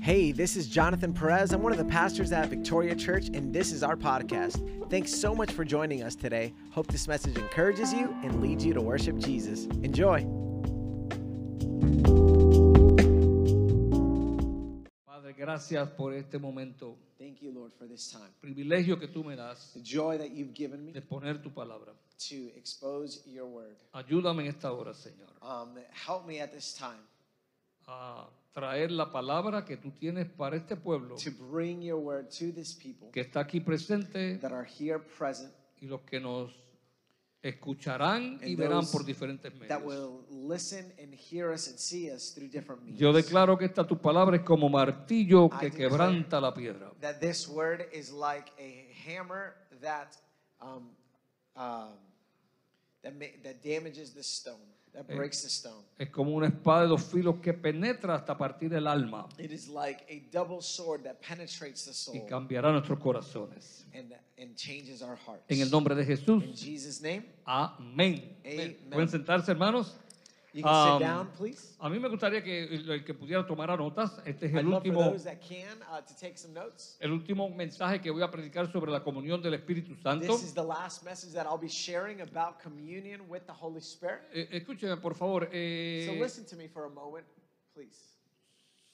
Hey, this is Jonathan Perez. I'm one of the pastors at Victoria Church, and this is our podcast. Thanks so much for joining us today. Hope this message encourages you and leads you to worship Jesus. Enjoy. Padre, gracias por este momento, Thank you, Lord, for this time. privilegio que tú me das The joy that you've given me de poner tu palabra. to expose your word. Ayúdame en esta hora, Señor, Um, help me at this time a traer la palabra que tú tienes para este pueblo to bring your word to this people que está aquí presente that are here present y los que nos escucharán y And verán those por diferentes that medios. will listen and hear us and see us through different means. Yo declaro que esta tu palabra es como martillo I que declare- quebranta la piedra. That this word is like a hammer that um, um, that, ma- that damages the stone, that breaks the stone. Es como una espada de dos filos que penetra hasta partir el alma It is like a double sword that penetrates the y soul cambiará nuestros corazones. and, and changes our hearts. En el nombre de Jesús. In Jesus' name. Amén. Amén. Pueden sentarse, hermanos. You can Um, sit down, please. A mí me gustaría que el el que pudiera tomar notas. Este es I'd el love for último, those that can uh, to take some notes. el último mensaje que voy a predicar sobre la comunión del Espíritu Santo. This is the last message that I'll be sharing about communion with the Holy Spirit. Eh, escúcheme, por favor. eh, So listen to me for a moment, please.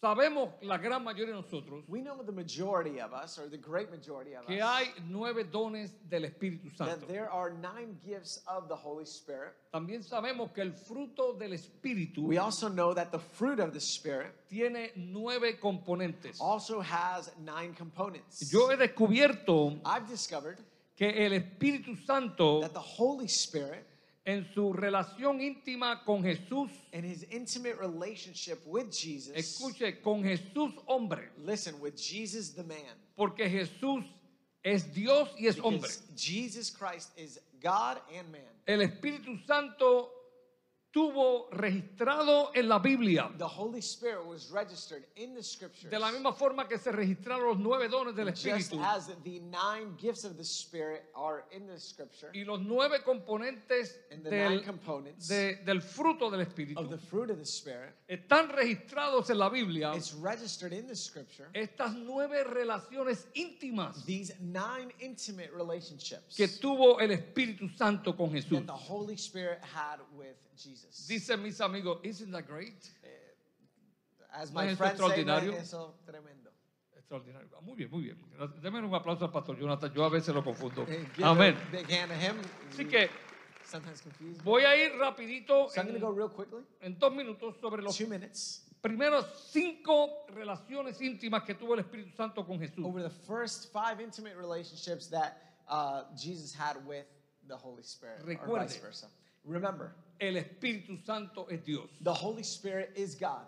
sabemos la gran mayoría de nosotros We know the majority of us, or the great majority of que us, hay nueve dones del Espíritu Santo. that there are nine gifts of the Holy Spirit. También sabemos que el fruto del Espíritu We also know that the fruit of the Spirit tiene nueve componentes. also has nine components. Yo he descubierto I've discovered que el Espíritu Santo that the Holy Spirit en su relación íntima con Jesús, and his intimate relationship with Jesus, escuche, con Jesús hombre, listen, with Jesus the man. porque Jesús es Dios y es hombre. Because Jesus Christ is God and man. El Espíritu Santo tuvo registrado en la Biblia, The Holy Spirit was registered in the scriptures. de la misma forma que se registraron los nueve dones del just Espíritu as the nine gifts of the Spirit are in the scripture, y los nueve componentes and the nine del, components de- del fruto del of Espíritu the fruit of the Spirit, están registrados en la Biblia. it's registered in the scripture. Estas nueve relaciones íntimas These nine intimate relationships que tuvo el Espíritu Santo con Jesús. that the Holy Spirit had with Jesus. Dicen mis amigos, isn't that great? as ¿no my es esto friends say, no es extraordinario? eso tremendo. Extraordinario. Ah, Muy bien, muy bien. Gracias. Denme un aplauso al pastor Jonathan. Yo a veces lo confundo. Hey, give Amén. a big hand to him. Así que Sometimes confused. voy a ir rapidito So I'm going to go en, real quickly. en dos minutos sobre los Two minutes. primeros cinco relaciones íntimas que tuvo el Espíritu Santo con Jesús. over the first five intimate relationships that uh, Jesus had with the Holy Spirit, or vice Recuerde. versa. Remember, El Espíritu Santo es Dios. the Holy Spirit is God.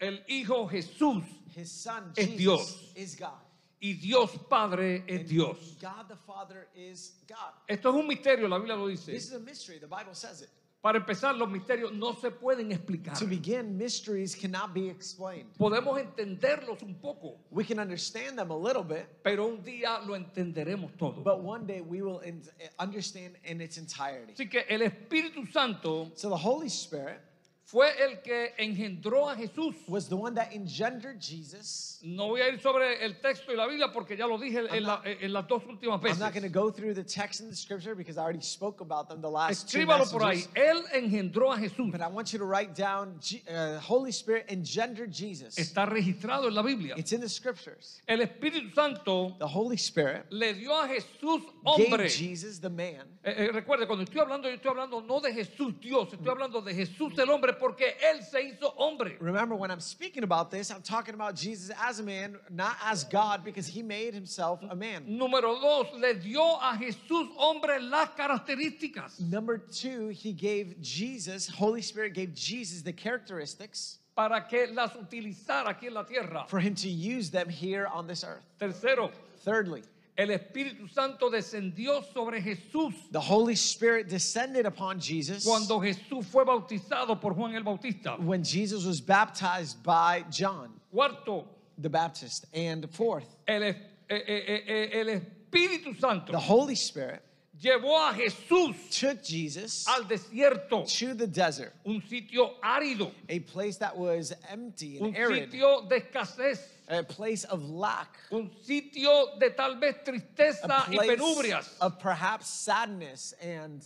El Hijo Jesús His Son Es Jesus Dios. is God. y Dios Padre es And Dios. God the Father is God. Esto es un misterio, la Biblia lo dice. This is a mystery. The Bible says it. Para empezar, los misterios no se pueden explicar. To begin, mysteries cannot be explained. Podemos entenderlos un poco, We can understand them a little bit, pero un día lo entenderemos todo. but one day we will in- understand in its entirety. Así que el Espíritu Santo So the Holy Spirit fue el que engendró a Jesús. was the one that engendered Jesus. No voy a ir sobre el texto y la Biblia porque ya lo dije en, la- en las dos últimas I'm not going to veces. go through the text in the scripture because I already spoke about them the last two Escríbalo por ahí. messages. Él engendró a Jesús. But I want you to write down Je- uh, Holy Spirit engendered Jesus. Está registrado en la Biblia. It's in the scriptures. El Espíritu Santo The Holy Spirit le dio a Jesús gave hombre. Jesus the man. Eh, eh, recuerde, cuando estoy hablando, yo estoy hablando no de Jesús Dios, estoy hablando de Jesús el hombre porque Él se hizo hombre. Remember, when I'm speaking about this, I'm talking about Jesus as a man, not as God, because he made himself a man. Número dos, le dio a Jesús hombre las características Number two, he gave Jesus, Holy Spirit gave Jesus the characteristics para que las utilizara aquí en la tierra. for him to use them here on this earth. Tercero, Thirdly, el Espíritu Santo descendió sobre Jesús the Holy Spirit descended upon Jesus. cuando Jesús fue bautizado por Juan el Bautista. when Jesus was baptized by John Cuarto, the Baptist. And fourth, el, es- eh, eh, eh, eh, el Espíritu Santo the Holy Spirit llevó a Jesús took Jesus al desierto, to the desert, un sitio árido, a place that was empty un and arid, sitio de escasez, a place of lack, un sitio de tal vez a tristeza y place penubrias. of perhaps sadness and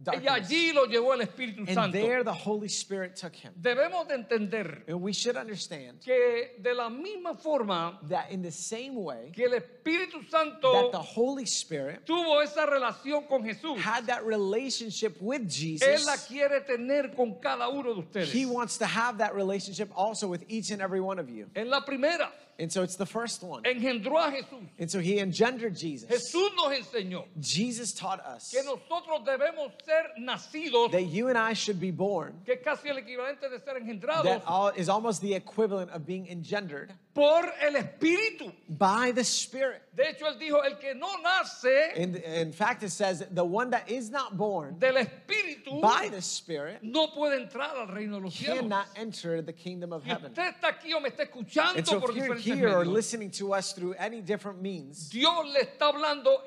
Y darkness. allí lo llevó el Espíritu And Santo. there the Holy Spirit took him. Debemos de entender And we should understand que de la misma forma that in the same way que el Espíritu that the Santo Holy Spirit tuvo esa relación con Jesús, had that relationship with Él la Jesus, quiere tener con cada uno de he ustedes. wants to have that relationship also with each and every one of you. En la primera, And so it's the first one. engendró a Jesús. And so he engendered Jesus. Jesús nos enseñó Jesus taught us que nosotros debemos ser nacidos, that you and I should be born. que es casi el equivalente de ser That engendrados all, is almost the equivalent of being engendered por el Espíritu. by the Spirit. De hecho, él dijo, el que no nace And in fact, it says the one that is not born del Espíritu by the Spirit no puede entrar al reino de los cielos. cannot enter the kingdom of Si heaven. usted está aquí o me está And escuchando so por if you're diferentes here or medios, listening to us through any different means, Dios le está hablando,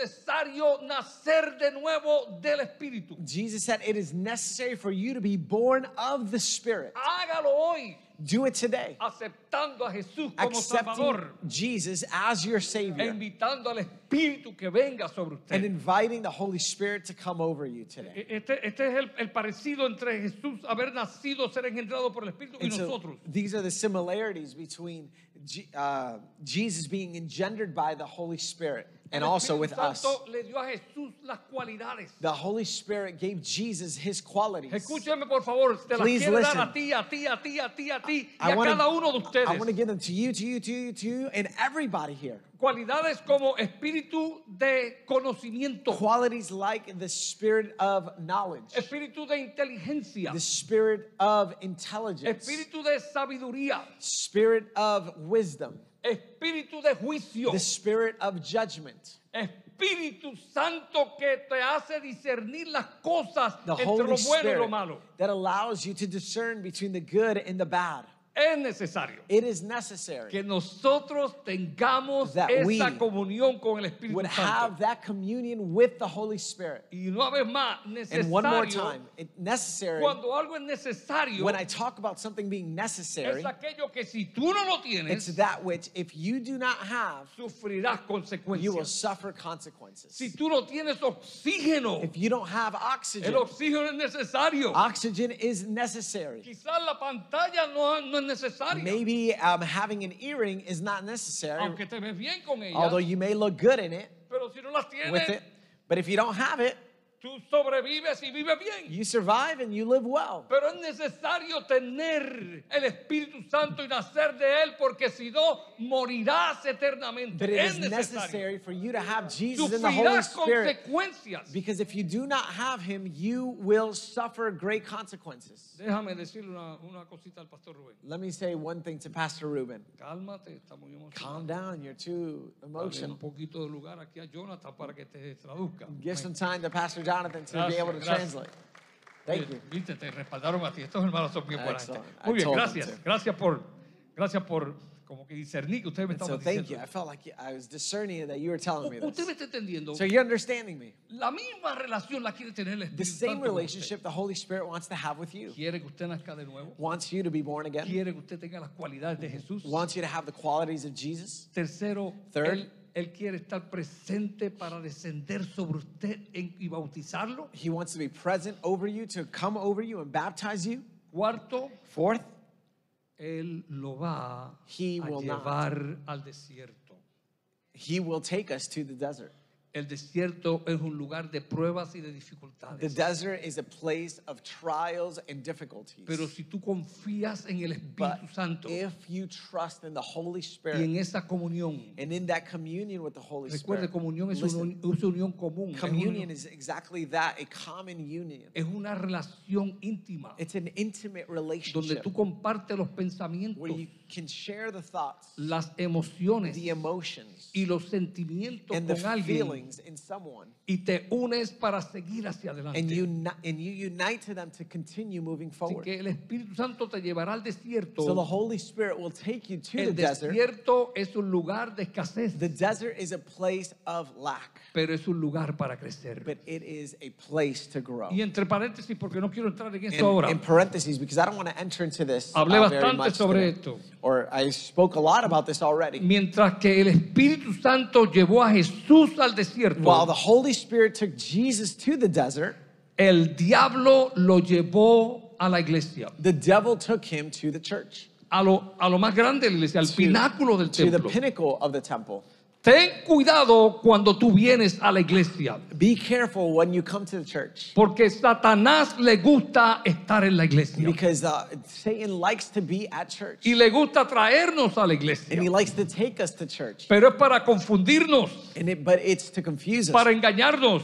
es necesario nacer de nuevo del Espíritu. Jesus said it is necessary for you to be born of the Spirit. Hágalo hoy, Do it today. aceptando a Jesús como Accepting Salvador. Jesus as your e Savior. invitando al Espíritu que venga sobre and usted. inviting the Holy Spirit to come over you today. E- Este, este es el, el parecido entre Jesús haber nacido, ser engendrado por el Espíritu y And so nosotros. these are the similarities between Je- uh, Jesus being engendered by the Holy Spirit and El also Espíritu with us. Santo le dio a Jesús las cualidades. The Holy Spirit gave Jesus his qualities. Escúcheme por favor, te las Please quiero dar listen. a ti, a ti, a ti, a ti, a ti y I a wanna- cada uno de ustedes. I want to give them to you, to you, to you, to you, and everybody here. cualidades como espíritu de conocimiento, Qualities like the spirit of knowledge, espíritu de inteligencia, the spirit of intelligence, espíritu de sabiduría, spirit of wisdom, espíritu de juicio. the spirit of judgment. Espíritu Santo que te hace discernir las cosas the entre Holy lo bueno y lo Spirit malo. that allows you to discern between the good and the bad. Es necesario It is necessary que nosotros tengamos That esa we comunión con el Espíritu would have Santo. that communion with the Holy Spirit. Y una vez más, And one more necesario, time, it, necessary. cuando algo es necesario, When I talk about something being necessary, es aquello que si tú no lo it's tienes, that which, if you do not have, sufrirás you will consecuencias. suffer consequences. Si tú no tienes oxígeno, If you Ah. don't have el oxygen, oxígeno es necesario. oxygen is necessary. Quizás la pantalla no, no es necesaria, Maybe um, having an earring is not necessary, aunque te ves bien con ella. although you may look good in it Pero si no las with it. tienes, But if you don't have it, tú sobrevives y vives bien. you survive and you live well. Pero es necesario tener el Espíritu Santo y nacer de Él, porque si no, morirás eternamente. But it es is necesario. necessary for you to have Jesus and the Holy Sufrirás Spirit consecuencias. because if you do not have him, you will suffer great consequences. Déjame decirle una, una cosita al pastor Rubén. Let me say one thing to Pastor Ruben. Cálmate, está muy emocionado. Calm down, you're too Dale un emotional. poquito de lugar aquí a Jonathan para que te traduzca. Give some time to Pastor Jonathan to be Gracias, able to gracias. translate. Thank you. Oye, Viste, te respaldaron a ti. Estos hermanos son bien buena gente. Excellent. I Muy bien, told them gracias. to. Gracias por, gracias por, como que discernir que ustedes me So estaban thank you. diciendo. I felt like I was discerning that you were telling me U- this. Usted me está entendiendo. So you're understanding me. La misma relación la quiere tener el The Espíritu same Santo con usted. relationship the Holy Spirit wants to have with you. Quiere que usted nazca de nuevo. Wants you to be born again. Quiere que usted tenga las cualidades de Jesús. Wants you to have the qualities of Jesus. Tercero, Third. él, él quiere estar presente para descender sobre usted en- y bautizarlo. He wants to be present over you, to come over you and baptize you. Cuarto, Fourth, él lo va He a will not. llevar al desierto. he will take us to the desert. El desierto es un lugar de pruebas y de The dificultades. desert is a place of trials and difficulties. Pero si tú confías en el but Espíritu Santo y if you trust in the Holy en Spirit esa comunión, and in that communion with the Holy Recuerde, Spirit, comunión es una, listen, uni- es una unión común. es una- communion is exactly that a common union. es una relación íntima It's an intimate donde relationship tú compartes los where pensamientos, you can share the thoughts, las emociones the emotions, y los sentimientos and the con alguien feelings in someone, y te unes para seguir hacia and adelante. you ni- and you unite to them to continue moving Así forward. que el Espíritu Santo te llevará al So the desierto. Holy Spirit will take you to the El desert. desierto es un lugar de escasez, The desert is a place of lack, pero es un lugar para crecer. but it is a place to grow. Y entre paréntesis, porque no quiero entrar en in, esto ahora. in parentheses because I don't want to enter into this uh, Hablé very bastante much sobre today. esto. Mm, Or I spoke a lot about this already. Mientras que el Espíritu Santo llevó a Jesús al While desierto, the Holy Spirit took Jesus to the desert, el diablo lo llevó a la iglesia, the devil took him to the church, a lo, a lo más grande de la iglesia, al pináculo del to the templo. pinnacle of the temple. Ten cuidado cuando tú vienes a la iglesia, Be careful when you come to the church porque Satanás le gusta estar en la iglesia because uh, Satan likes to be at church y le gusta traernos a and la iglesia, he likes to take us to church. pero es para confundirnos, And it, but it's to confuse us. para engañarnos.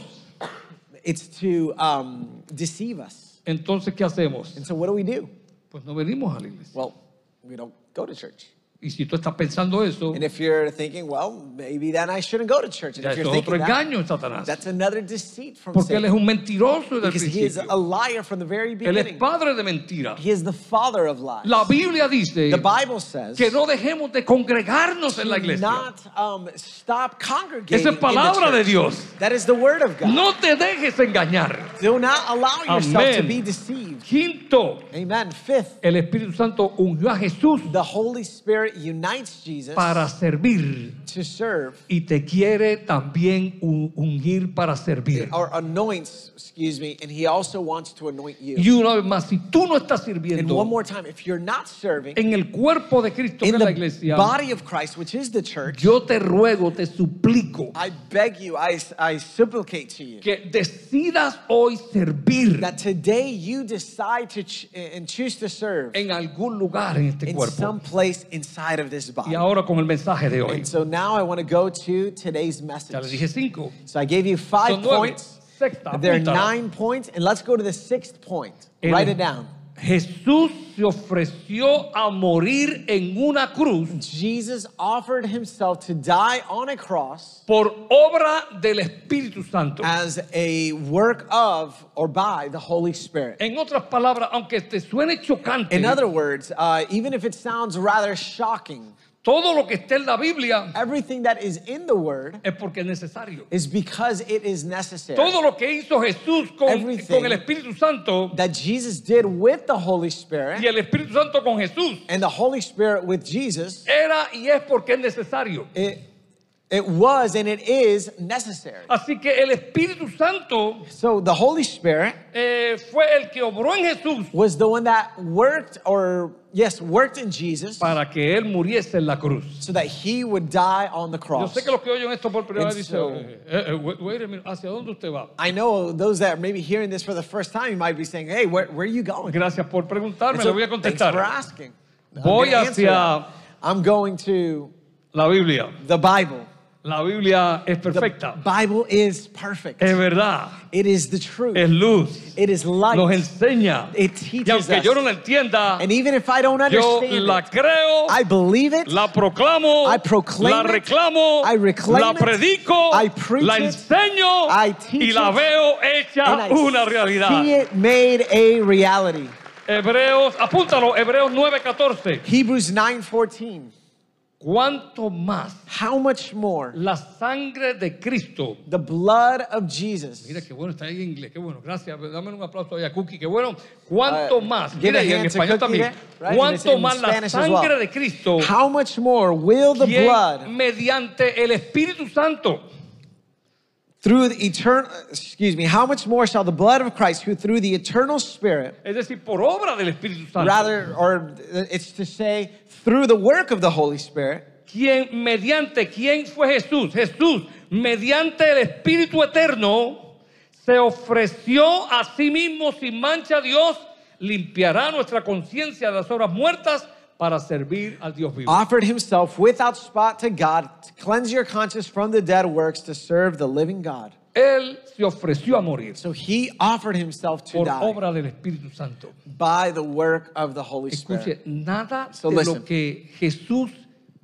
It's to um, deceive us. Entonces, ¿qué hacemos? And so what do we do? Pues no venimos a la iglesia. Well, we don't go to church. Y si tú estás pensando eso, And if you're thinking, well, maybe then I shouldn't go to church. And ya if eso you're es otro thinking that, engaño en Satanás. that's another deceit from Porque él es Satan. un mentiroso desde el Because he is a principio. liar from the very Él es beginning. padre de mentiras. He is the father of lies. La Biblia dice The Bible says que no dejemos de congregarnos en la do iglesia. not um, stop congregating Esa in es the palabra de church. Dios. That is the word of God. No te dejes engañar. Do not allow yourself to Amén. be deceived. Quinto, Amen. Fifth, el Espíritu Santo ungió a Jesús the Holy Spirit unites Jesus para servir to serve y te quiere también un- ungir para servir. or anoints, excuse me, and he also wants to anoint Y you. una vez más, si tú no estás And one sirviendo more time, if you're not serving, en el cuerpo de Cristo, que in es la the iglesia, body of Christ, which is the church, yo te ruego, te suplico I beg you, I, I supplicate to you que decidas hoy servir that today you decide to ch- and choose to serve en algún lugar en este in cuerpo. some place inside of this Y body. ahora con el mensaje de hoy. And so now I want to go to today's Ya le dije message. cinco. So I gave you five Son nueve. points. Sexta, There are apúntala. nine points, and let's go to the sixth point. El- Write it down. Jesús se ofreció a morir en una cruz Jesus offered himself to die on a cross por obra del Espíritu Santo. as a work of or by the Holy Spirit. En otras palabras, aunque te suene chocante, In other words, uh, even if it sounds rather shocking, todo lo que está en la Biblia everything that is in the word es porque es necesario. is because it is necessary. Todo lo que hizo Jesús con, Everything. con el Espíritu Santo that Jesus did with the Holy y Spirit el Espíritu Santo con Jesús and the Holy Spirit with Jesus, era y es porque es necesario. it, it was and it is necessary. Así que el Espíritu Santo So the Holy Spirit eh, fue el que obró en Jesús was the one that worked or, yes, worked in Jesus para que él muriese en la cruz. so that he would die on the Yo cross. sé que los que oyen esto por primera vez And dicen, so- eh, eh, eh, wait- wait a minute, ¿hacia dónde usted va? I know those that are maybe hearing this for the first time, you might be saying, hey, where, where are you going? Gracias por preguntarme, So, le voy a thanks for contestar. asking. I'm Voy gonna answer hacia that. I'm going to la Biblia. the Bible. La Biblia es The perfecta, Eh, Bible is perfect. es verdad, It is the truth. es luz, It is light. nos enseña. It eh, Y teaches aunque yo us. no la entienda, And even if I don't yo understand la it, creo, I believe it. la proclamo, I proclaim la it. reclamo, I reclaim la it. predico, I preach la it. enseño I teach y la it. veo and hecha I una realidad. see it made a reality. Hebreos, apúntalo, Hebreos 9:14. Hebrews 9:14. Cuanto más How much more la sangre de Cristo. the blood of Jesus. Mira qué bueno está ahí en inglés, qué bueno. Gracias. Dame un aplauso ahí a Cookie, qué bueno. Cuanto Uh, más, give mira a y en hand to español Cookie there, también. right? And it's Cuanto in más la Spanish as sangre well. de Cristo, How much more will the quien blood mediante el Espíritu Santo through the eternal excuse me, how much more shall the blood of Christ who through the eternal spirit es decir, por obra del Espíritu Santo, rather or it's to say through the work of the Holy Spirit quien mediante quién fue Jesús, Jesús mediante el Espíritu eterno se ofreció a sí mismo sin mancha a Dios, limpiará nuestra conciencia de las obras muertas para servir al Dios vivo. offered himself without spot to God to cleanse your conscience from the dead works to serve the living God. Él se ofreció a morir So he offered himself to por die obra del Espíritu Santo. by the work of the Holy Spirit. Escuche, nada So de listen. lo que Jesús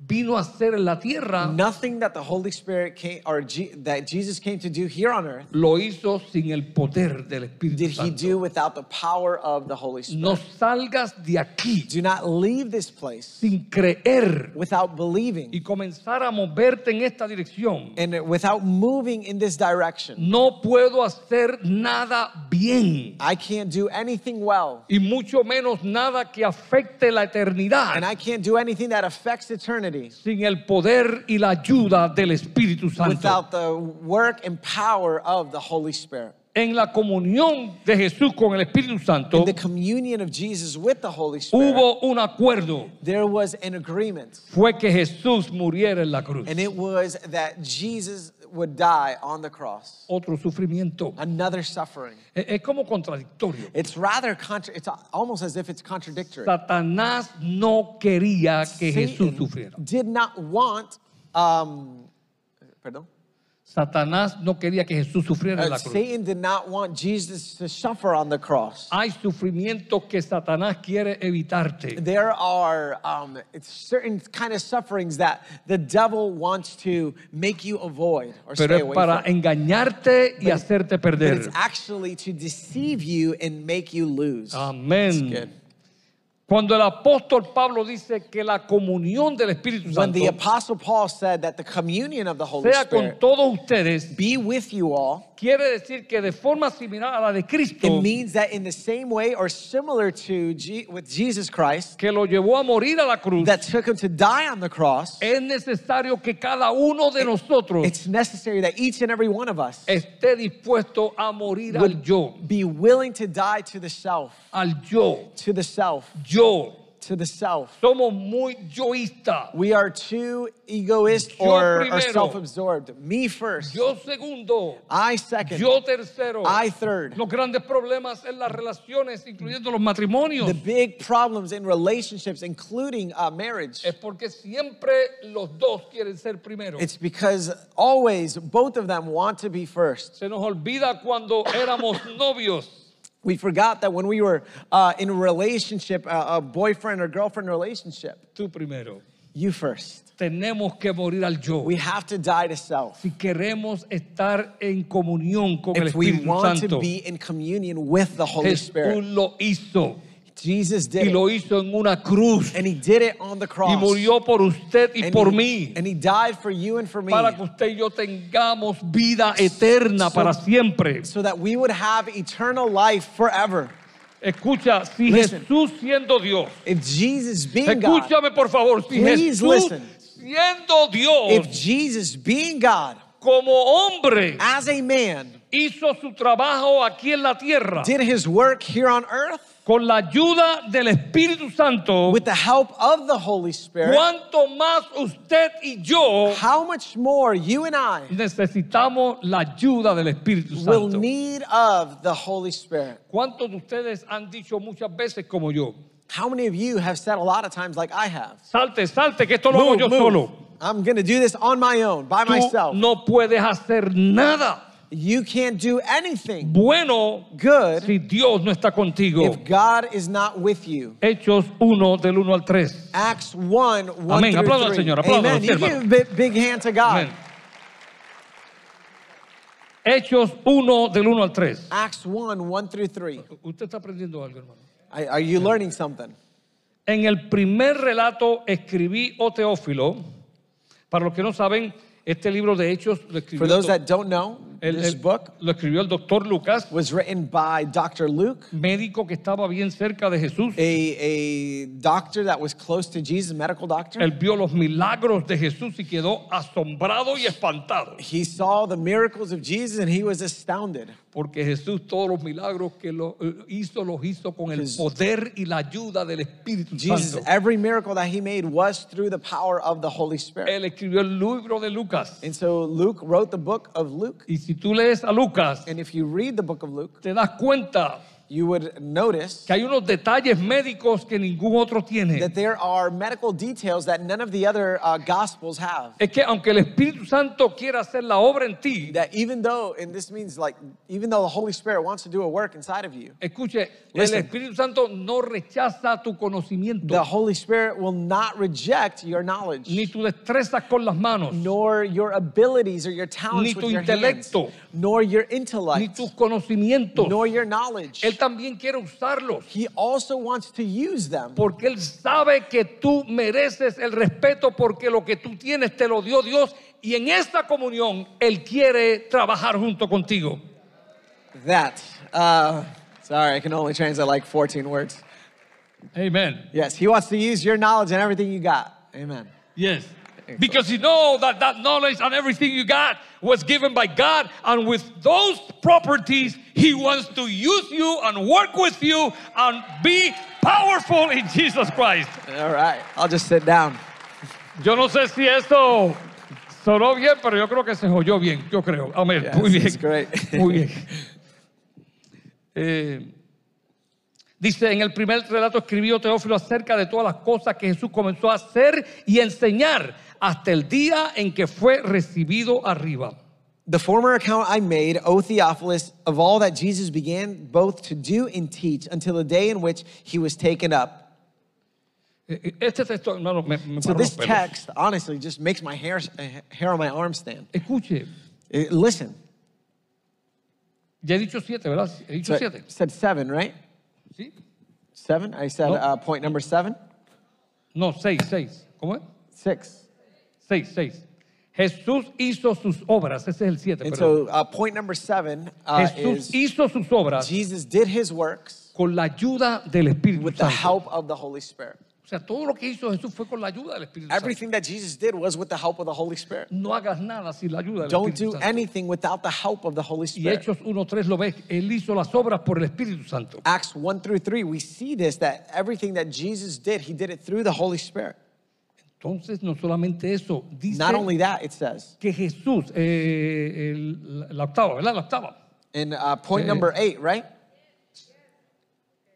vino a hacer en la tierra Nothing that the Holy Spirit came or Je- that Jesus came to do here on earth lo hizo sin el poder del Espíritu did he Santo. do without the power of the Holy Spirit. No salgas de aquí Do not leave this place sin creer without y believing comenzar a moverte en esta dirección. and without moving in this direction. No puedo hacer nada bien I can't do anything well, y mucho menos nada que afecte la and eternidad I can't do anything that affects eternity sin el poder y la ayuda del Espíritu Santo. without the work and power of the Holy Spirit. En la comunión de Jesús con el Espíritu Santo In the communion of Jesus with the Holy Spirit, hubo un acuerdo. there was an agreement, Fue que Jesús muriera en la cruz. and it was that Jesus would die on the cross. Otro sufrimiento. Another suffering. Es es como contradictorio. It's rather contra- it's almost as if it's contradictory. Satanás no quería que Jesús Satan sufriera. did not want um perdón Satanás no quería que Jesús sufriera en Uh, la cruz. Satan did not want Jesus to suffer on the cross. Hay sufrimientos que Satanás quiere evitarte. There are um, it's certain kind of sufferings that the devil wants to make you avoid or Pero stay es away para from. engañarte y hacerte But perder. it's actually to deceive you and make you lose. Ah, good. Amén. Cuando el apóstol Pablo dice que la comunión del Espíritu When Santo the apostle Paul said that the communion of the Holy sea con Spirit todos ustedes, be with you all, quiere decir que de forma similar a la de it Cristo, means that in the same way or similar to Je- with Jesus Christ que lo llevó a morir a la cruz, that took him to die on the cross, es necesario que cada uno de nosotros it's necessary that each and every one of us esté dispuesto a morir al would yo, be willing to die to the self, al yo, to the self, yo. to the self. Somos muy yoístas. We are too egoist Yo or, or primero. self-absorbed. Me first. Yo segundo, I second. yo tercero. I third. Los grandes problemas en las relaciones, incluyendo los matrimonios, The big problems in relationships, including uh, marriage, es porque siempre los dos quieren ser primero. it's because always both of them want to be first. Se nos olvida cuando éramos novios, We forgot that when we were uh, in a relationship, uh, a boyfriend or girlfriend relationship, tú primero. you first. Tenemos que morir al yo. We have to die to self. Si queremos estar en comunión con el If we Espíritu want to Santo, be in communion with the Holy Jesús Spirit, lo hizo Jesus did y it. lo hizo en una cruz And he did it on the cross. y murió por usted y and por he, mí. And he died for you and for me. para que usted y yo tengamos vida eterna So- para siempre. so that we would have eternal life forever. Escucha, si Listen. Jesús siendo Dios, If Jesus being God, escúchame por favor, si Please Jesús listen. siendo Dios if Jesus being God como hombre as a man hizo su trabajo aquí en la tierra did his work here on earth con la ayuda del Espíritu Santo, with the help of the Holy Spirit, cuanto más usted y yo how much more you and I necesitamos la ayuda del Espíritu will Santo. need of the Holy Spirit. ¿Cuántos de ustedes han dicho muchas veces como yo? How many of you have said a lot of times like I have? Salte, salte, que esto lo hago yo solo. I'm going to do this on my own, by Tú myself. no puedes hacer nada You can't do anything bueno good si Dios no está contigo. if God is not with you. Hechos 1 del 1 al 3. Acts 1, 1 Amén. through Aplaudan al 3. Señor, aplaudan Amen. al You Señor, give a big, big hand to God. Amén. Hechos 1 del 1 al 3. Acts 1, 1 through 3. Usted está aprendiendo algo, hermano. I- Are you learning something? En el primer relato escribí O Teófilo. Para los que no saben, este libro de Hechos lo escribió, For those that don't know, el- this el- book lo escribió el doctor Lucas, was written by Dr. Luke, médico que estaba bien cerca de Jesús. a, a doctor that was close to Jesus, medical doctor. Él vio los milagros de Jesús y quedó asombrado y espantado. He saw the miracles of Jesus and he was astounded Porque Jesús todos los milagros que lo eh, hizo, los hizo con el Jesús- poder y la ayuda del Espíritu Jesus, Santo. every miracle that he made was through the power of the Holy Spirit. Él escribió el libro de Lucas. And so Luke wrote the book of Luke. Y si tú lees a Lucas, And if you read the book of Luke, te das cuenta you would notice que hay unos detalles médicos que ningún otro tiene. that there are medical details that none of the other uh, gospels have. Es que aunque el Espíritu Santo quiera hacer la obra en ti, That even though, and this means like, even though the Holy Spirit wants to do a work inside of you, escuche, el Listen. Espíritu Santo no rechaza tu the conocimiento Holy Spirit will not reject your ni knowledge, tu destrezas con las manos. nor your abilities or your Ni talents tu with your hands, intelecto. nor your ni intellect, tus conocimientos. nor your knowledge. Él también quiere usarlos He also wants to use them porque Él sabe que tú mereces el respeto porque lo que tú tienes te lo dio Dios y en esta comunión Él quiere trabajar junto contigo. that. Uh, sorry, I can only translate like 14 words. Amen. Yes, he wants to use your knowledge and everything you got. Amen. Yes. Because you know that that knowledge and everything you got was given by God and with those properties he wants to use you and work with you and be powerful in Jesus Christ. All right, I'll just sit down. Yo no sé si esto sonó bien, pero yo creo que se oyó bien, yo creo. Amén. Yes, Muy bien. it's great. Muy bien. Eh, dice, en el primer relato escribió Teófilo acerca de todas las cosas que Jesús comenzó a hacer y enseñar hasta el día en que fue recibido arriba. The former account I made, O Theophilus, of all that Jesus began both to do and teach until the day in which he was taken up. Eh, eh, Este texto, hermano, me, me So paró los this pelos. text honestly just makes my hair, hair on my arm stand. Escuche, Eh, Listen, ya he dicho siete, ¿verdad? He dicho so I siete. said seven, right? ¿Sí? Seven. I said No. uh, point number seven, No, seis, seis. ¿Cómo es? six. 6, 6. Jesús hizo sus obras. Ese es el 7. And so uh, point number seven uh, Jesús is hizo sus obras Jesus did his works con la ayuda del Espíritu with the Santo. help of the Holy Spirit. O sea, todo lo que hizo Jesús fue con la ayuda del Espíritu Santo. Everything that Jesus did was with the help of the Holy Spirit. No hagas nada sin la ayuda del Don't do Espíritu Santo. anything without the help of the Holy Y Spirit. Hechos 1.3 lo ves. Él hizo las obras por el Espíritu Santo. Acts 1 through 3, we see this that everything that Jesus did, he did it through the Holy Spirit. Entonces, no solamente eso. Dice Not only that, it says que Jesús, eh, el- la- la octava, ¿verdad? La octava. in uh, point Eh, number 8, right?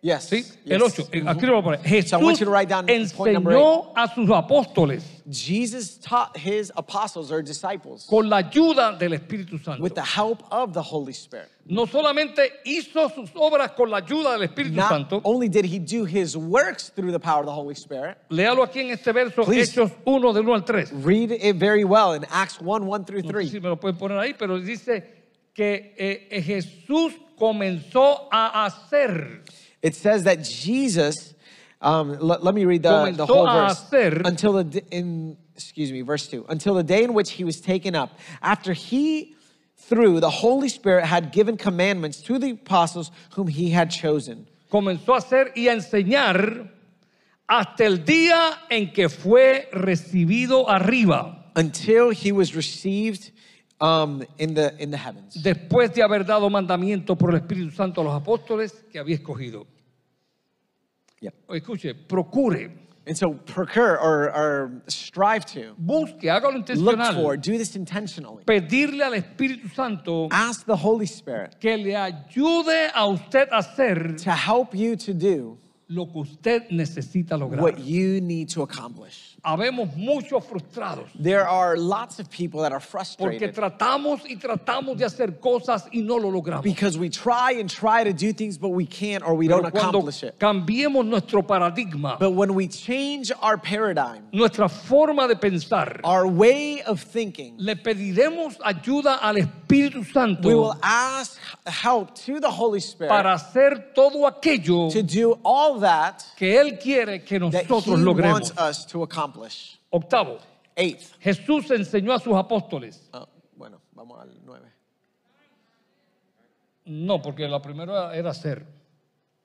Yes. Sí, el yes. 8. Aquí lo voy a poner. Jesús So I want you to write down point number enseñó a sus apóstoles Jesus taught his apostles or disciples con la ayuda del Espíritu Santo. with the help of the Holy Spirit. no solamente hizo sus obras con la ayuda del Espíritu Not Santo, only did he do his works through the power of the Holy Spirit, léalo aquí en este verso, Please. Hechos 1 del 1 al 3. read it very well in Acts 1 1 through No sé si 3. me lo pueden poner ahí, pero dice que eh, eh, Jesús comenzó a hacer. It says that Jesus, um, le- let, me read the, the Comenzó whole a verse. hacer- Until the d- in excuse me, verse two. Until the day in which he was taken up, after he through the Holy Spirit had given commandments to the apostles whom he had chosen. Comenzó a hacer y a enseñar hasta el día en que fue recibido arriba, Until he was received um, in the in the heavens. después de haber dado mandamiento por el Espíritu Santo a los apóstoles que había escogido. Yep. Escuche, procure, And so procure or, or strive to busque, hágalo look intencional. for, do this intentionally. pedirle al Espíritu Santo Ask the Holy Spirit que le ayude a usted a hacer to help you to do lo que usted necesita lograr. what you need to accomplish. Habemos muchos frustrados There are lots of people that are porque frustrated tratamos y tratamos de hacer cosas y no lo logramos. because we try and try to do things, but we can't or we don't Pero cuando accomplish it. cambiemos nuestro paradigma, But when we change our paradigm, nuestra forma de pensar, our way of thinking, le pediremos ayuda al Espíritu we will Santo ask help to the Holy para Spirit hacer todo aquello to do all that que Él quiere que that He nosotros wants logremos. us to accomplish. Octavo, Eighth. Jesús enseñó a sus apóstoles Oh, bueno, vamos al nueve. No, porque la primera era hacer.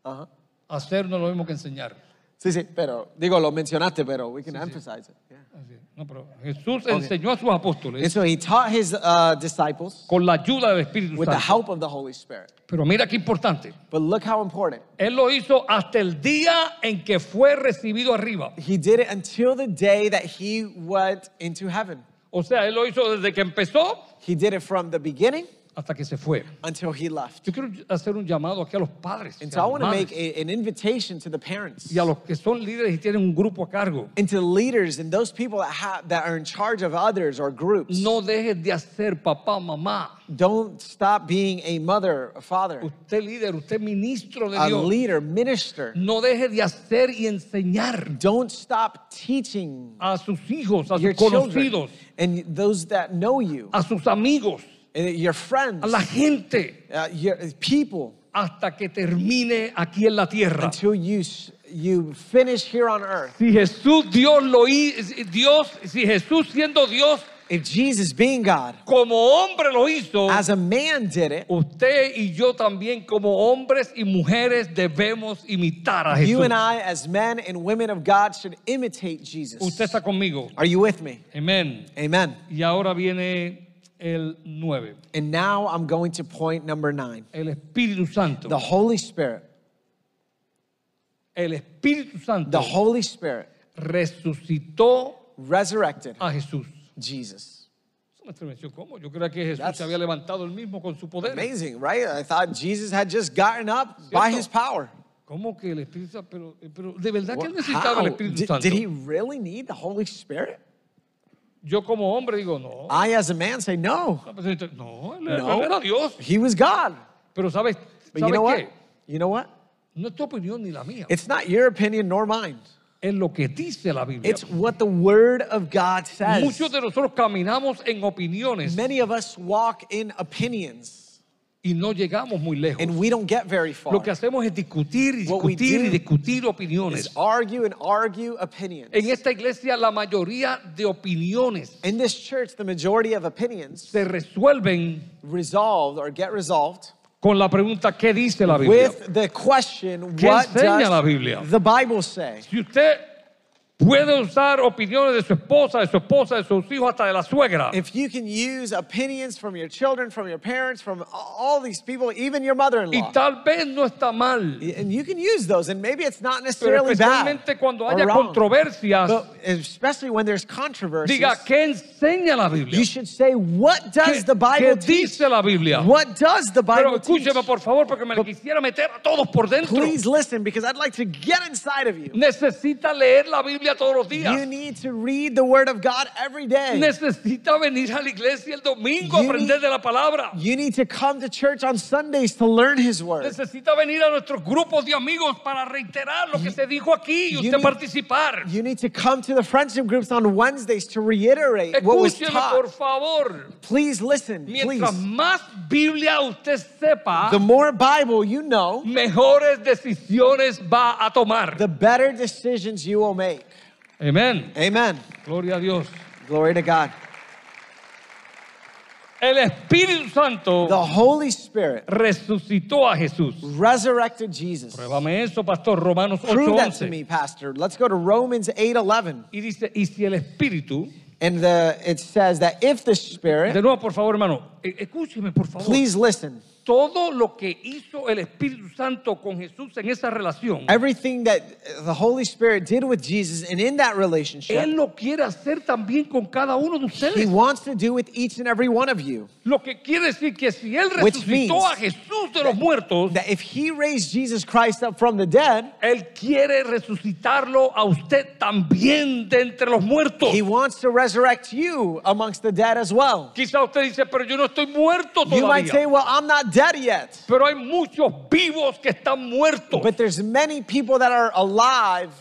Ajá. Hacer no es lo mismo que enseñar. Sí, sí, pero digo, lo mencionaste, pero we can emphasize it. Yeah. Así. No, pero Jesús enseñó a sus And apóstoles so he taught his uh, disciples con la ayuda del Espíritu with the Santo. help of the Holy Spirit. Pero mira qué importante. But look how important. Él lo hizo hasta el día en que fue recibido arriba. He did it until the day that he went into heaven. O sea, él lo hizo desde que empezó He did it from the beginning hasta que se fue. until he left. Yo quiero hacer un llamado aquí a los padres y And a so I los want to make madres, a, an invitation to the parents y a los que son líderes y tienen un grupo a cargo. and to leaders and those people that, have, that are in charge of others or groups. No dejes de hacer papá, mamá. Don't stop being a mother, a father, Usted líder, usted ministro de a Dios. leader, minister. No deje de hacer y enseñar Don't stop teaching a sus hijos, a your sus children conocidos, and those that know you, a sus amigos, and your a friends, la gente, uh, your people, hasta que termine aquí en la tierra. until you, s- you finish here on earth. Si Jesús, Dios lo hizo, Dios, si Jesús siendo Dios If Jesus, being God, como hombre lo hizo, as a man did it, usted y yo también como hombres y mujeres debemos imitar a Jesús. you and I, as men and women of God, should imitate Jesus. Usted está conmigo. Are you with me? Amén. Amen. Y ahora viene el 9. And now I'm going to point number nine El Espíritu Santo. the Holy Spirit. El Espíritu Santo The Holy Spirit resucitó resurrected a Jesús. Jesus. Eso me estremeció. ¿Cómo? Yo creía que Jesús That's- se había levantado él mismo con su poder. Amazing, right? I thought Jesus had just gotten up by Cierto. his power. ¿Cómo que el Espíritu Santo? Pero, eh, pero de verdad que él necesitaba How? el Espíritu Did, Santo. did he really need the Holy Spirit? Yo como hombre digo, no. I, as a man, say no. No, pues, entonces, no, él, él era Ah. No. Dios. He was God. Pero ¿sabes, But you ¿sabes know qué? what? You know what? No es tu opinión ni la mía. It's not your opinion nor mine. es lo que dice la Biblia. It's what the Word of God says. Muchos de nosotros caminamos en opiniones Many of us walk in opinions y no llegamos muy lejos. and we don't get very far. Lo que hacemos es discutir y What we discutir y do discutir Is opiniones. argue and argue opinions. En esta iglesia la mayoría de opiniones In this church, the majority of opinions se resuelven resolved or get resolved con la pregunta ¿qué dice la Biblia? with the question, ¿Qué what enseña does la Biblia? the Bible say? Si usted puede usar opiniones de su esposa, de su esposa, de sus hijos, hasta de la suegra, If you can use opinions from your children, from your parents, from all these people, even your y mother-in-law, tal vez no está mal, and you can use those, and maybe it's not pero necessarily bad especialmente cuando or haya wrong. controversias, But especially when there's controversy, diga ¿qué enseña la Biblia? you should say, what does ¿Qué, the Bible qué teach? dice la Biblia? What does the Pero Bible teach? escúcheme por favor porque me la quisiera meter a todos por dentro. Please listen because I'd like to get inside of you. Necesita leer la Biblia todos los You días. need to read the Word of God every day. Necesita venir a la iglesia el domingo a You aprender need- de la palabra. You need to come to church on Sundays to learn His Word. Necesita venir a nuestros grupos de amigos para reiterar lo que se dijo aquí y you usted need- participar. You need to come to the friendship groups on Wednesdays to reiterate what was Escúcheme por taught. favor. Please listen, please. Mientras más Biblia usted sepa, The more Bible you know, mejores decisiones va a tomar. the better decisions you will make. Amén. Amen. Gloria a Dios. Glory to God. El Espíritu Santo The Holy Spirit resucitó a Jesús. resurrected Jesus. Pruébame eso, pastor. Romanos Prove that to 8:11. me, Pastor. Let's go to Romans 8:11. Y dice, y si el Espíritu, And the, it says that if the de Spirit, nuevo, por favor, hermano, e- escúcheme, por favor. please listen, Todo lo que hizo el Espíritu Santo con Jesús en esa relación, everything that the Holy Spirit did with Jesus and in that Él relationship, lo quiere hacer también con cada uno de He ustedes. wants to do with each and every one of you. Lo que quiere decir que si Él Which means resucitó a Jesús de los muertos, That if He raised Jesus Christ up from the dead, Él quiere resucitarlo a usted también de entre los muertos. He wants to resurrect you amongst the dead as well. Quizá usted dice, pero yo no estoy muerto You might say, todavía. well, I'm not dead yet. Pero hay muchos vivos que están muertos. But there's many people that are alive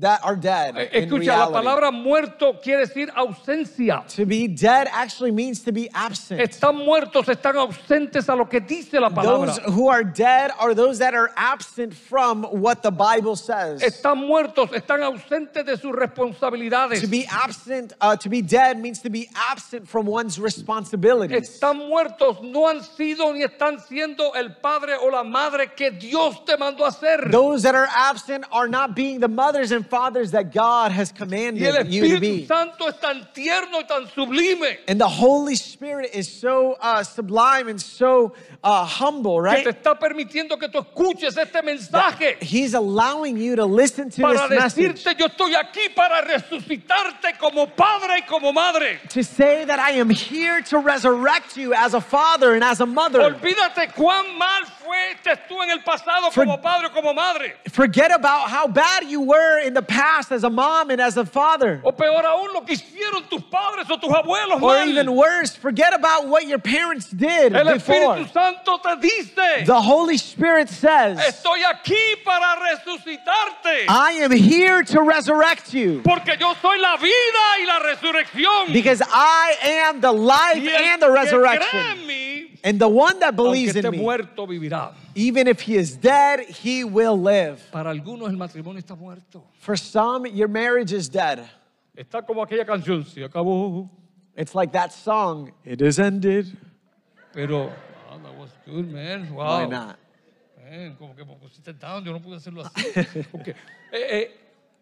that are dead. Eh, in Escucha, la reality. palabra muerto quiere decir ausencia. To be dead actually means to be absent. Están muertos, están ausentes a lo que dice la palabra. Those who are dead are those that are absent from what the Bible says. Están muertos, están ausentes de To sus responsabilidades. be absent, uh, to be dead means to be absent from one's responsibilities. Están muertos, no han sido ni están siendo el padre o la madre que Dios te mandó a ser. Those that are absent are not being the mothers and and fathers that God has commanded Y el you to Espíritu be. Santo es tan tierno y tan sublime And the Holy Spirit is so uh, sublime and so uh, humble, que te right? está permitiendo que tú escuches este mensaje He's allowing you to listen to para this message. decirte yo estoy aquí para resucitarte como padre y como madre. To say that I am here to resurrect you as a father and as a mother. Olvídate cuán mal fuiste tú en el pasado For- como padre o como madre. Forget about how bad you were in the past as a mom and as a father. O peor aún, lo que hicieron tus padres o tus abuelos. Or mal. even worse, forget about what your parents did el before. Espíritu Santo te dice, The Holy Spirit says, estoy aquí para resucitarte. I am here to resurrect you Porque yo soy la vida y la resurrección. because I am the life y el and the que cree resurrection. en mí, And the one that aunque believes esté in me, muerto, vivirá. even if he is dead, he will live. Para algunos el matrimonio está muerto. For some, your marriage is dead. Está como aquella canción, se acabó. It's like that song, It is ended. Pero, wow, that was good, man. Wow. Why not? Man, como que me pusiste down, yo no pude hacerlo así. Porque, eh, eh,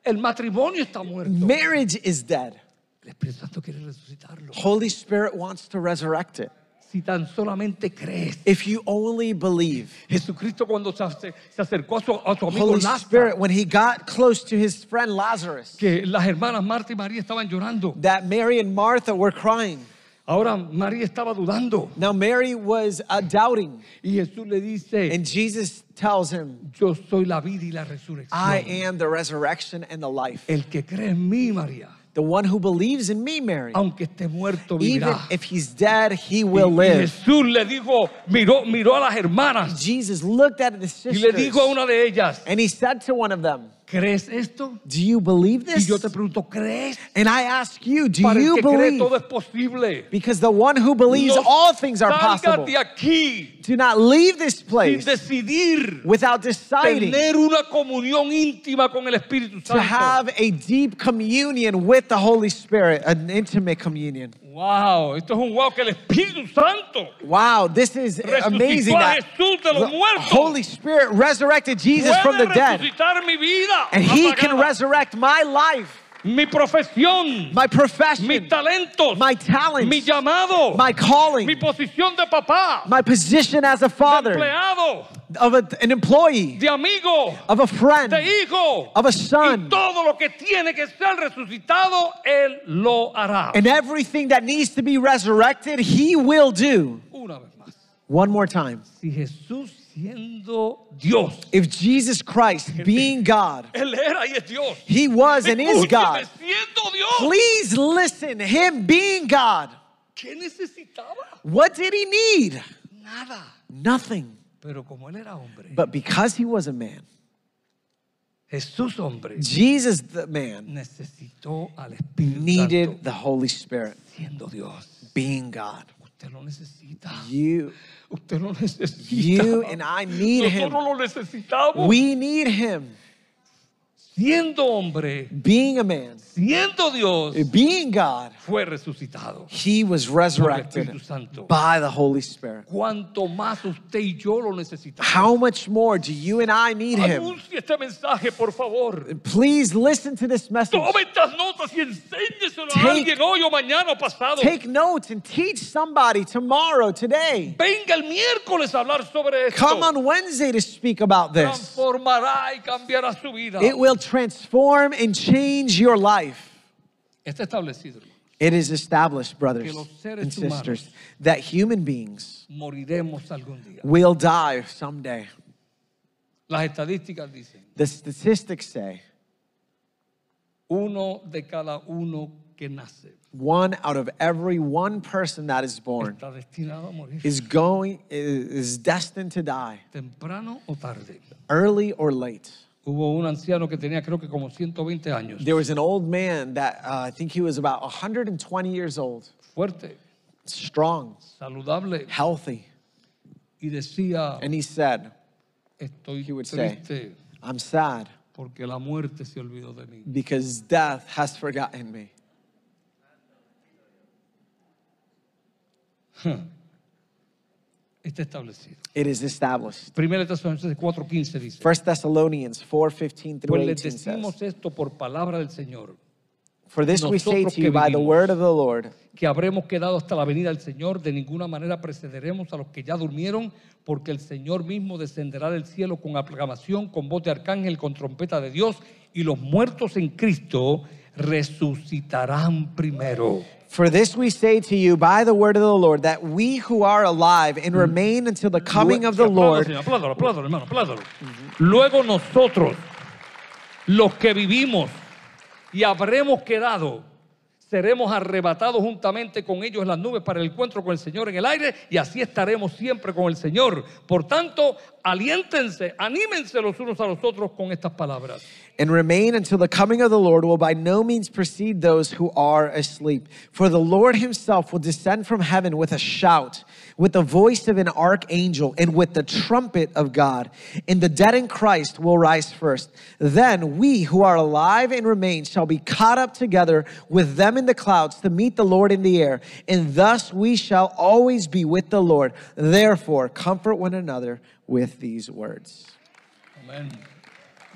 el matrimonio está muerto. Marriage is dead. El Espíritu Santo quiere resucitarlo. Holy Spirit wants to resurrect it. Si tan solamente crees. If you only believe, Jesucristo cuando se, ace- se acercó a su, a su amigo Holy Lázaro, Spirit, when he got close to his friend Lazarus, que las hermanas Marta y María estaban llorando. that Mary and Martha were crying. Ahora María estaba dudando Now Mary was uh, doubting, y Jesús le dice, and Jesus tells him, yo soy la vida y la resurrección. I am the resurrection and the life. El que cree en mí, María, The one who believes in me, Mary, aunque esté muerto, even vivirá. if he's dead, he Y- will y live. Jesús le dijo, miró, miró a las hermanas Jesus looked at the y le dijo a sisters, una de ellas, and he said to one of them, ¿crees esto? Do you believe Y yo this? te pregunto, ¿crees? And I ask you, do Para el you que cree believe? todo es posible. Because the one who believes No all things are salgas possible. de aquí Do not leave this sin place decidir without deciding tener una comunión íntima con el Espíritu to Santo. have a deep communion with the Holy Spirit, an intimate communion. Wow, esto es un wow que el Espíritu Santo Wow, this is Resucitó Eh, amazing. a that Jesús de los the muertos. Holy Spirit resurrected Jesus puede from the dead, resucitar mi vida, and He can apagada, resurrect my life, mi profesión, my mis profession, talentos, my mi talents, llamado, my mi calling, posición de papá, my position as a de father, empleado, of a- an employee, de amigo, of a friend, de hijo. of a Y son. todo lo que tiene que ser resucitado, Él lo hará. And everything that needs to be resurrected, He will do. Una vez más, One more time. si Jesús siendo Dios, If Jesus Christ, being God, Él era y es Dios. He was and is Escúchame, God. siendo Dios, Please listen, Him being God. ¿qué necesitaba? What did He need? Nada. Nothing. Pero como Él era hombre, But because He was a man, Jesús hombre, Jesus the man necesitó al Espíritu needed Santo the Holy Spirit, siendo Dios. being God. Usted lo necesita. You, Usted lo necesita. you and I need Nosotros Him. lo necesitamos. We need Him, siendo hombre, being a man, siendo Dios, Eh, being God. fue resucitado. He was por el Espíritu resurrected Santo. by the Holy Spirit. Cuanto más usted y yo lo necesitamos. How much more do you and I need Him? Eh, Anuncie este mensaje, por favor. Please listen to this message. Tome estas notas y enséñeselo Take- a alguien hoy o mañana o pasado. Take notes and teach somebody tomorrow, today. Venga el miércoles a hablar sobre esto. Come on Wednesday to speak about this. Transformará y cambiará su vida. It will transform and change your life. Está establecido. hermano. It is established, brothers Que los seres and sisters, humanos- that human beings Moriremos algún día. will die someday. Las estadísticas dicen, The statistics say uno de cada uno que nace one out of every one person that is born está destinado a morir is going is destined to die temprano o tarde. early or late. Hubo un anciano que tenía creo que como 120 años, There was an old man that uh, I think he was about 120 years old, fuerte, strong, saludable, healthy, y decía, and he said, estoy he would say- triste "I'm sad porque la muerte se olvidó de mí. because death has forgotten me." está establecido. It is established. Primera de Tesalonicenses 4:15 dice, 1 Thessalonians 4:15 through pues les 18 says, decimos esto por palabra del Señor, For this we say nosotros to que you by the vivimos. word of the Lord, que habremos quedado hasta la venida del Señor, de ninguna manera precederemos a los que ya durmieron, porque el Señor mismo descenderá del cielo con aclamación, con voz de arcángel, con trompeta de Dios, y los muertos en Cristo resucitarán primero. For this we say to you by the word of the Lord, that we who are alive and Mm. remain until the coming of the Apláudalo, Lord, señor, apláudalo, apláudalo, hermano, apláudalo. Luego nosotros, los que vivimos y habremos quedado, seremos arrebatados juntamente con ellos en las nubes para el encuentro con el Señor en el aire y así estaremos siempre con el Señor. Por tanto, aliéntense, anímense los unos a los otros con estas palabras. and remain until the coming of the Lord will by no means precede those who are asleep. For the Lord himself will descend from heaven with a shout, with the voice of an archangel, and with the trumpet of God. And the dead in Christ will rise first. Then we who are alive and remain shall be caught up together with them in the clouds to meet the Lord in the air. And thus we shall always be with the Lord. Therefore, comfort one another with these words. Amén.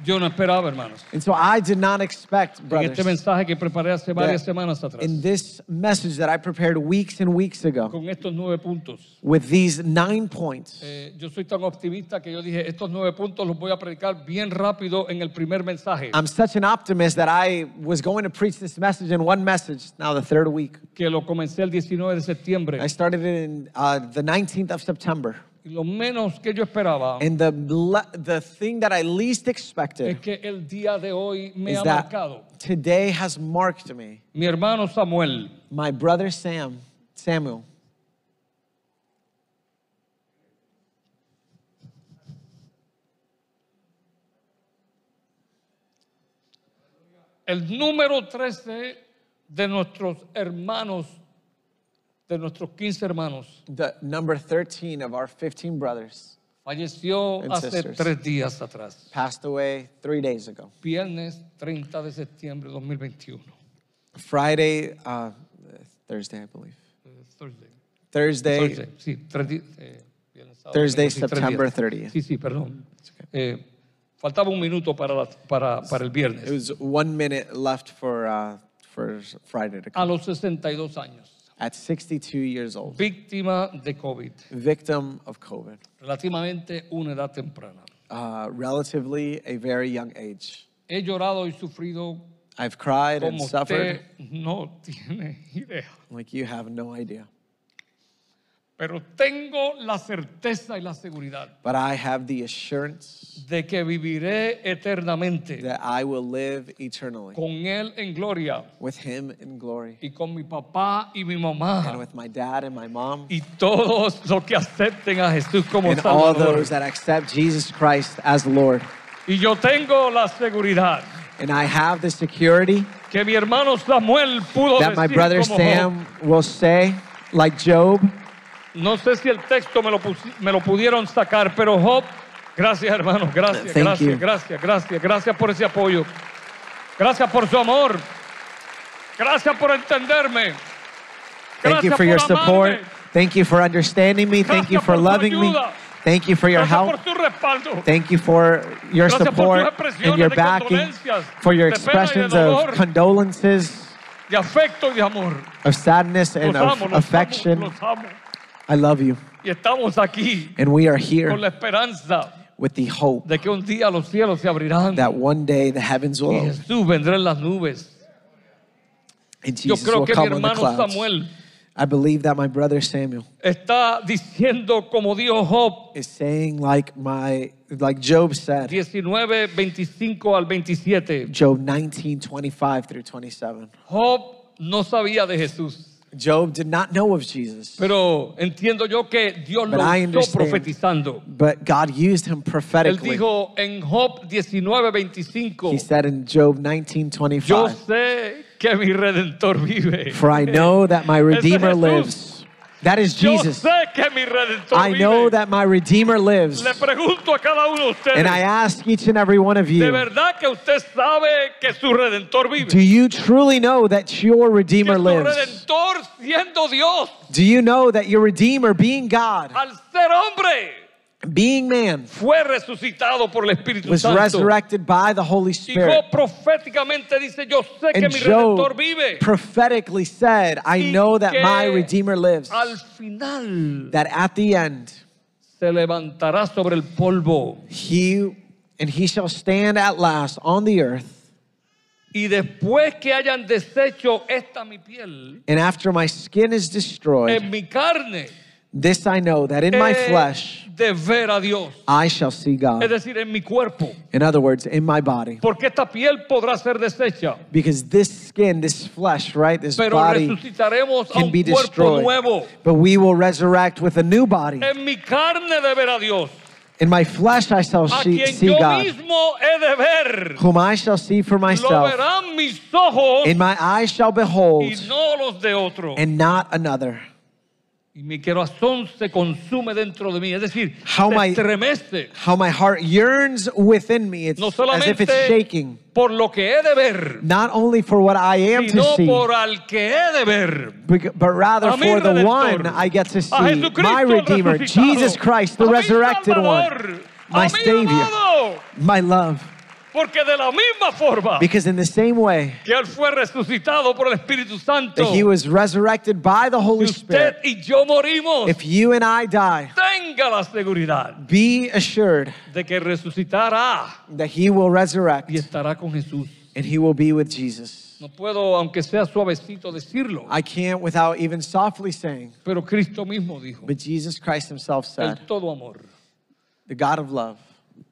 Yo no esperaba, hermanos. And so I did not expect, En este brothers, mensaje que preparé hace varias that semanas atrás, in this message that I prepared weeks and weeks ago con estos nueve puntos. with these nine points. Eh, yo soy tan optimista que yo dije, estos nueve puntos los voy a predicar bien rápido en el primer mensaje, I'm such an optimist that I was going to preach this message in one message, now the third week. que lo comencé el 19 de septiembre. I started it in uh, the 19th of September. Y lo menos que yo esperaba And the, le- the thing that I least es expected que el día de hoy me is ha that marcado. today has marked me. Mi hermano Samuel, My brother Sam, Samuel, el número 13 de nuestros hermanos, de nuestros 15 hermanos, the number 13 of our 15 brothers, falleció And hace sisters. tres días atrás, passed away three days ago. viernes 30 de septiembre de 2021. Friday, uh, Thursday, I believe. eh, Thursday. Thursday. Thursday, sí, tres di- eh, viernes, sábado, Thursday, domingo, sí, tres September días. 30th. Sí, sí, perdón. Eh, faltaba un minuto para, la- para, para el It viernes. was one minute left for uh, for Friday to A come. los 62 años, At 62 years old, víctima de COVID, victim of COVID, relativamente una edad temprana. uh, relatively a very young age. He llorado y sufrido I've cried and como suffered usted no tiene idea. like you have no idea, Pero tengo la certeza y la seguridad but I have the assurance de que viviré eternamente that I will live eternally con Él en gloria with Him in glory, y con mi papá y mi and mamá with my dad and my mom, y todos los que acepten a Jesús como and all Salvador. those that accept Jesus Christ as Lord. Y yo tengo la seguridad And I have the security que mi hermano Samuel pudo that my decir brother como Job. Sam will say, like Job. No sé si el texto me lo, pusi- me lo pudieron sacar, pero Job, gracias hermano, gracias, Thank gracias, you. gracias, gracias, gracias por ese apoyo. Gracias por su amor. Gracias por entenderme. Thank you Gracias for your por support. amarme. Thank you for understanding me. Thank you Gracias for por tu loving me. ayuda. Thank you for your Gracias help. por tu respaldo. Thank you for your Gracias por tus support expresiones and your de backing, condolencias, for your de pena y de expressions dolor. of condolences, de afecto y de amor. of sadness, Los and amo, of los affection. amo, los amo. I love you. Y estamos aquí And we are con here la esperanza with the hope de que un día los cielos se abrirán that one day the heavens will y open Jesús vendrá en las nubes. and Yo Jesus creo will que mi come on the hermano clouds. Samuel I believe that my brother Samuel está diciendo como dijo Job is saying like my like Job said 19, 25 al 27. Job 19, 25 through 27. Job no sabía de Jesús, Job did not know of Jesus, pero entiendo yo que Dios But lo I hizo understand. profetizando. but God used him Él prophetically. dijo en Job 19, He 25, said in Job 19, yo 25, sé que mi redentor vive. For I know that my Ese es Redeemer Jesús. lives, That is Yo Jesus. sé que mi redentor I vive. know that my Redeemer lives. Le pregunto a cada uno de ustedes. And I ask each and every one of ¿De you, verdad que usted sabe que su redentor vive? do you truly know that your que Redeemer su lives? redentor siendo Dios, Do you know that your Redeemer, being God, al ser hombre, being man, fue resucitado por el Espíritu was Santo. resurrected by the Holy y Spirit? Job proféticamente dice, yo sé que And mi redentor Job vive. prophetically said, I Y know that my que Redeemer lives, Al final that at the end, se levantará sobre el polvo. he and he shall stand at last on the earth. Y después que hayan deshecho esta mi piel, And after my skin is destroyed, en mi carne, this I know that in my he flesh de ver a Dios. I shall see Es God. decir, en mi cuerpo. In other words, in my body. Porque esta piel podrá ser deshecha. Because this skin, this flesh, right, this Pero body resucitaremos a can un be cuerpo destroyed. nuevo. But we will resurrect with a new body. En mi carne de ver a Dios. In my flesh I shall A see, quien see yo God, mismo he de ver. whom I shall see for Lo myself. verán mis ojos In my eyes shall y behold, no los de otro. and not another. Y mi corazón se consume dentro de mí. Es decir, How se my- estremece. How my heart yearns within me, it's No as if solamente it's shaking. por lo que he de ver, Not only for what I am to sino see, por al que he de ver. bec- but rather A mi for the Redentor. one I get to see, A Jesucristo my el Redeemer, resucitado. Jesus Christ, the A mi resurrected one, Salvador. A my mi Savior, amado. my love. Porque de la misma forma Because in the same way que Él fue resucitado por el Espíritu Santo, that he was resurrected by the si Holy Spirit, usted y yo morimos, if you and I die, tenga la seguridad be assured de que resucitará that he will resurrect y estará con Jesús. and he will be with Jesus. No puedo, aunque sea suavecito, decirlo, I can't without even softly saying, pero Cristo mismo dijo, but Jesus Christ himself said, el todo amor, the God of love,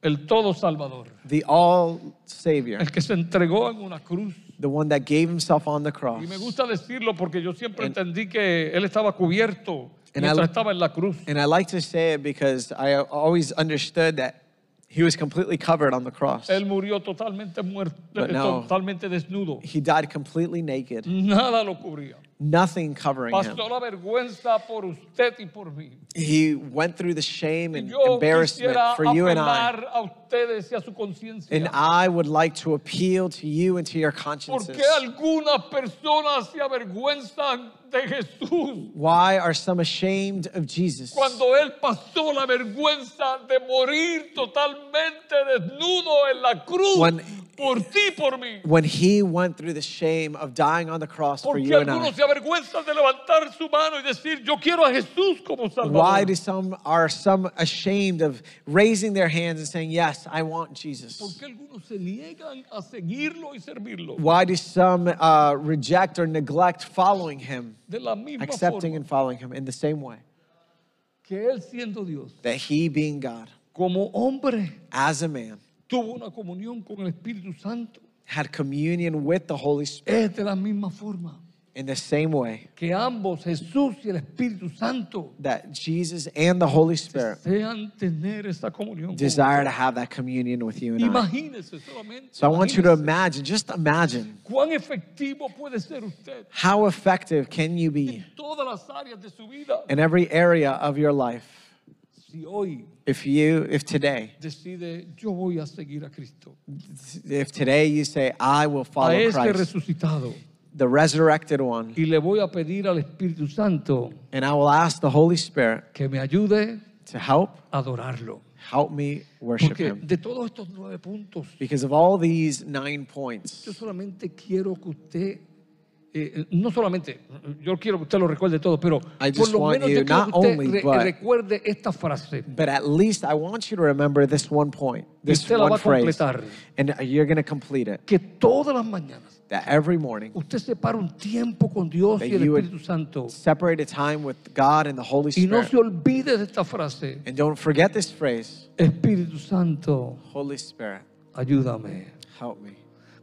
el todo salvador, the all Savior, el que se entregó en una cruz. the one that gave himself on the cross. Y me gusta decirlo porque yo siempre entendí que Él estaba cubierto And mientras I- estaba en la cruz. And I like to say it because I always understood that he was completely covered on the cross. Él murió totalmente muerto, But no. totalmente desnudo. He died completely Mm. naked, Nada lo cubría. nothing covering him. Pasó la vergüenza por usted y por mí. He went through the shame Y and yo embarrassment quisiera for you and I. apelar a ustedes y a su And conciencia. I would like to appeal to you and to your ¿Por consciences. qué algunas personas se avergüenzan de Jesús Why are some ashamed of Jesus cuando Él pasó la vergüenza de morir totalmente desnudo en la cruz When- por ti y por mí? when he went through the shame of dying on the cross for Porque you and I? algunos se avergüenzan de levantar su mano y decir, yo quiero a Jesús como Why Salvador? do some are some ashamed of raising their hands and saying, "Yes, I want ¿Por Jesus"? qué algunos se niegan a seguirlo y servirlo? Why do some uh, reject or neglect following him, De la misma accepting forma and following him in the same way que él siendo Dios, that he, being God, como hombre, as a man, tuvo una comunión con el Espíritu Santo. had communion with the Holy Spirit Es de la misma forma in the same way que ambos, Jesús y el Espíritu Santo, that Jesus and the Holy Spirit desean tener esa comunión. con desire to have that communion with you usted. and I. Imagínese solamente. So I want you to imagínese imagine, just imagine, cuán efectivo puede ser usted how effective can you be en todas las áreas de su vida in every area of your life si hoy if you, if today, decide yo voy a seguir a Cristo, if today you say, I will a follow este Christ, resucitado, the resurrected one, y le voy a pedir al Espíritu Santo and I will ask the Holy Spirit que me ayude to help, a adorarlo. help me worship Porque him. de todos estos nueve puntos, Because of all these nine yo points, solamente quiero que usted, eh, no solamente, yo quiero que usted lo recuerde todo, pero I por just lo want menos you yo quiero not que usted only, re- but- recuerde esta frase. but at least I want you to remember this one point, this usted la va one a phrase, completar. and you're going to complete it. Que todas las mañanas That every morning, usted separa un tiempo con Dios That y el you would- Espíritu Santo separate a time with God and the Holy y no Spirit. se olvide de esta frase. And don't forget this phrase Espíritu Santo, Holy Spirit, ayúdame. help me.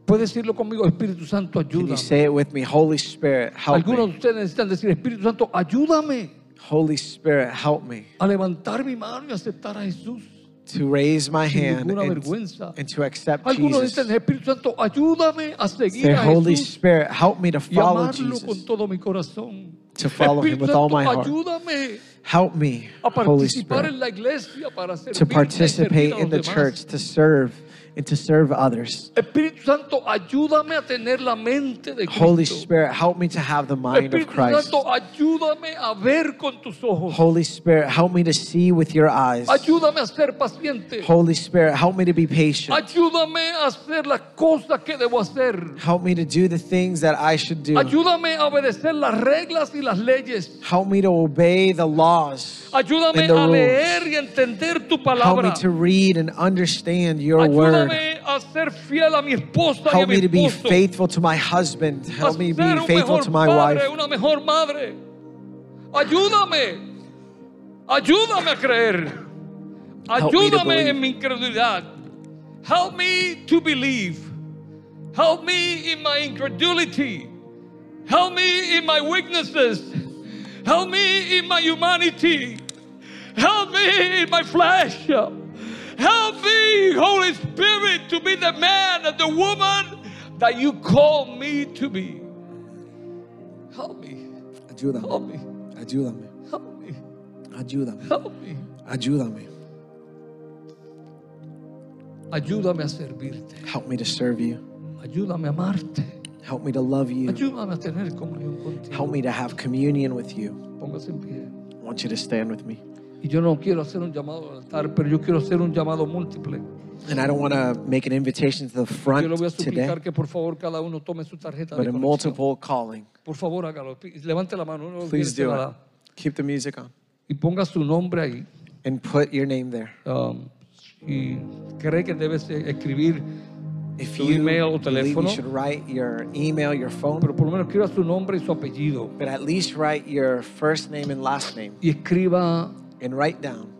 Puede decirlo conmigo, Espíritu Santo, Can you ayúdame. say it with me? Holy Spirit, help Algunos de me. ustedes necesitan decir, Espíritu Santo, ayúdame Holy Spirit, help me a levantar mi mano y aceptar a Jesús. to raise my Sin hand ninguna and, vergüenza. and to accept Algunos Jesus. dicen, Espíritu Santo, ayúdame a Say, seguir a Holy Jesús Spirit, help me to y follow amarlo con Jesus, todo mi corazón. to follow him Espíritu with all Santo, my heart. ayúdame Help me, a Holy participar Spirit, en la iglesia para servir to participate in the demás. church, to serve, and to serve others. Espíritu Santo, ayúdame a tener la mente de Cristo. Holy Spirit, help me to have the mind of Espíritu Christ. Santo, ayúdame a ver con tus ojos. Holy Spirit, help me to see with your eyes. Ayúdame a ser paciente. Holy Spirit, help me to be patient. Ayúdame a hacer las cosas que debo hacer. Help me to do the things that I should do. Ayúdame a obedecer las reglas y las leyes. Help me to obey the laws. Ayúdame And the a rules. leer y entender tu Help me palabra. to read and understand your word. Ayúdame a ser fiel a mi esposa y a Help mi me to be esposo. faithful to my husband. a Help me ser be un faithful mejor to my padre, wife. una mejor madre. Ayúdame. Ayúdame a creer. Help me to Ayúdame believe. en mi incredulidad. Help me to believe. Help me in my incredulity. Help me in my weaknesses. Help me in my humanity. Help me in my flesh. Help me, Holy Spirit, to be the man and the woman that you call me to be. Help me. Help me. Ayúdame. Help me. Ayúdame. Help me. Ayúdame. Ayúdame a servirte. Help me to serve you. Ayúdame a amarte. Help me to love you. Ayúdame a tener comunión contigo. Help me to have communion with you. Póngase en pie. I want you to stand with me. Y yo no quiero hacer un llamado al altar, pero yo quiero hacer un llamado múltiple. And I don't want to make an invitation to the Yo le voy a front today, suplicar que por favor cada uno tome su tarjeta but de a conexión. multiple calling. Por favor, hágalo. Pi- Levante la mano. no Please olvide do it. nada. Keep the music on Y ponga su nombre ahí. and put your name there. Um, y cree que debes eh, escribir, If Tu you email o believe you teléfono. should write your email, your phone, pero por lo menos escriba su nombre y su apellido. but at least write your first name and last name Y escriba and write down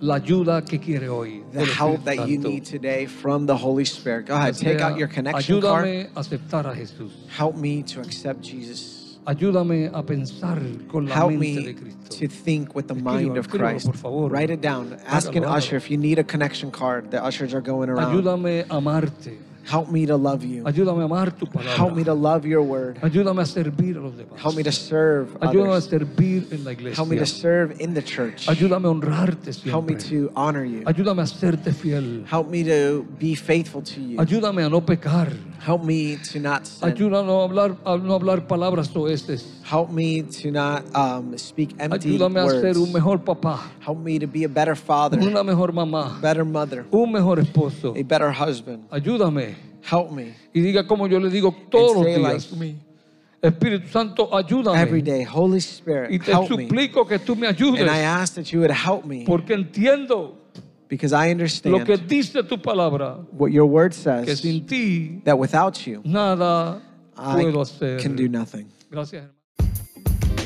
la ayuda que quiere hoy. the del help Espíritu that you Santo. need today from the Holy Spirit. Go ahead, take sea, out your connection card. ayúdame a aceptar a Jesús. Help me to accept Jesus. Ayúdame a pensar con la Help mente me de Cristo. to think with the Escriba, mind of escríbalo, Christ. por favor. Write it down. Ask an Hágalo, hágalo. usher if you need a connection card. The ushers are going around. Ayúdame a amarte. Help me to love you. Ayúdame a amar tu palabra. Help me to love your word. Ayúdame a servir a los demás. Help me to serve Ayúdame a others. servir en la iglesia. Help me to serve in the church. Ayúdame a honrarte Help me siempre. to honor you. Ayúdame a serte fiel. Help me to be faithful to you. Ayúdame a no pecar. Help me to not sin. Ayúdame a no hablar, a no hablar palabras oestes. Help me to not um, speak empty Ayúdame a ser un words. mejor papá, Help me to be a better father, una mejor mamá, better mother, un mejor esposo. a better husband. Ayúdame. Help me. Y diga como yo le digo And todos los say días. like me Espíritu Santo, ayúdame. every day. Holy Y Spirit, te help me. suplico que tú me And I ayudes. ask that you would help me Porque entiendo because I lo que understand dice tu palabra. what your word Que says sin ti that without you, nada I puedo hacer. can do nothing. Gracias, hermano.